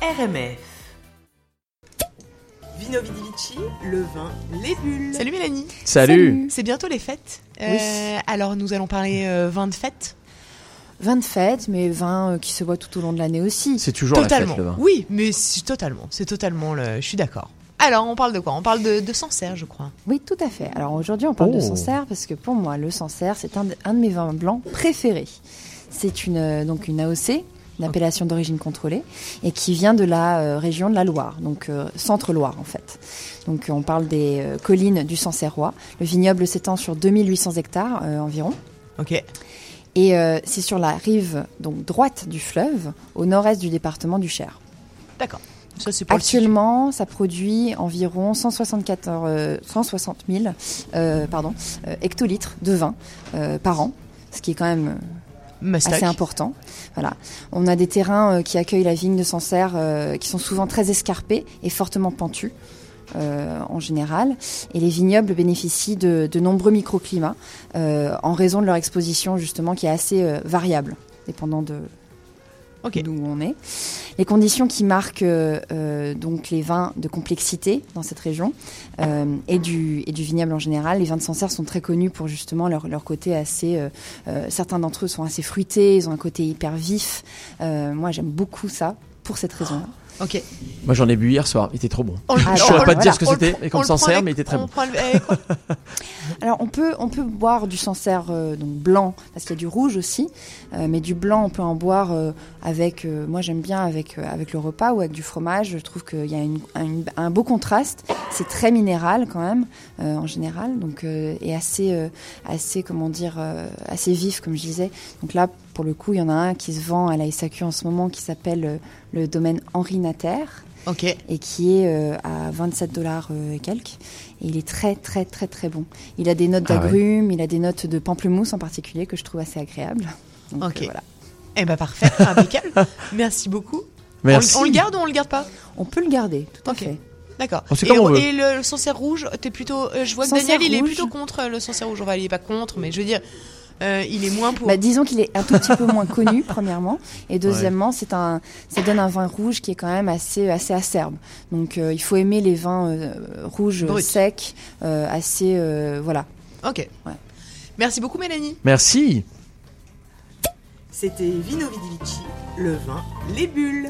RMF. Vino Vidi Vici, le vin, les bulles. Salut euh, Mélanie, Salut, c'est bientôt les fêtes. Oui. Alors nous allons parler euh, vin de fête. Vin de fête, mais vin euh, qui se boit tout au long de l'année aussi. C'est toujours totalement. la fête le vin. oui, mais c'est totalement, c'est totalement le... Je suis d'accord. Alors on parle de quoi On parle de, de Sancerre je crois. Oui, tout à fait. Alors aujourd'hui, on parle Oh. de Sancerre parce que pour moi, le Sancerre, c'est un, de- un de mes vins blancs préférés. C'est une, euh, donc une AOC, une appellation d'origine contrôlée, et qui vient de la euh, région de la Loire, donc euh, centre-Loire en fait. Donc euh, on parle des euh, collines du Sancerrois. Le vignoble s'étend sur 2800 hectares euh, environ. Ok. Et euh, c'est sur la rive donc droite du fleuve, au nord-est du département du Cher. D'accord. Ça c'est pour le sujet. Actuellement, ça produit environ 174, euh, 160 000 euh, pardon, euh, hectolitres de vin euh, par an, ce qui est quand même euh, Mastoc. assez important. Voilà. On a des terrains euh, qui accueillent la vigne de Sancerre euh, qui sont souvent très escarpés et fortement pentus. euh, en général, et les vignobles bénéficient de, de nombreux microclimats euh, en raison de leur exposition justement qui est assez euh, variable, dépendant de, Ok. d'où on est. Les conditions qui marquent euh, euh, donc les vins de complexité dans cette région euh, et, du, et du vignoble en général. Les vins de Sancerre sont très connus pour justement leur, leur côté assez. euh, euh, certains d'entre eux sont assez fruités, ils ont un côté hyper vif. Euh, moi, j'aime beaucoup ça pour cette raison-là. Ok. Moi j'en ai bu hier soir, il était trop bon. On le- Ah, Oh, Je bon, on le- saurais pas te voilà. dire ce que oh on le- c'était on et comme le prend Sancerre, avec- mais il était très on Ah bon. prend le- eh, avec quoi Alors, on peut, on peut boire du Sancerre euh, donc blanc, parce qu'il y a du rouge aussi, euh, mais du blanc, on peut en boire euh, avec, euh, moi j'aime bien avec, euh, avec le repas ou avec du fromage, je trouve qu'il y a une- un, une- un beau contraste, c'est très minéral quand même, euh, en général, donc, euh, et assez, euh, assez, comment dire, euh, assez vif, comme je disais. Donc là, pour le coup, il y en a un qui se vend à la SAQ en ce moment, qui s'appelle euh, le domaine Henri Natter, Ok. et qui est euh, à 27 dollars euh, et quelques. Et il est très, très, très, très bon. Il a des notes Ah ouais. d'agrumes, il a des notes de pamplemousse en particulier que je trouve assez agréable. Donc, Ok. euh, voilà. Eh ben parfait, impeccable. Merci beaucoup. On le- Merci. On, le garde ou on le garde pas On peut le garder, tout à Ok. fait. D'accord. Oh, c'est et, comme on veut. et le, le Sancerre rouge, t'es plutôt. euh, je vois que Sancerre Daniel, il est rouge. plutôt contre euh, le Sancerre rouge. Enfin, il est pas contre, mais je veux dire, euh, il est moins pour. Bah, disons qu'il est un tout petit peu moins connu, premièrement. Et deuxièmement, c'est un, ça donne un vin rouge qui est quand même assez, assez acerbe. Donc euh, il faut aimer les vins euh, rouges Brut. secs, euh, assez. euh, voilà. ok. Ouais. Merci beaucoup, Mélanie. Merci. C'était Vino Vidi Vici, le vin, les bulles.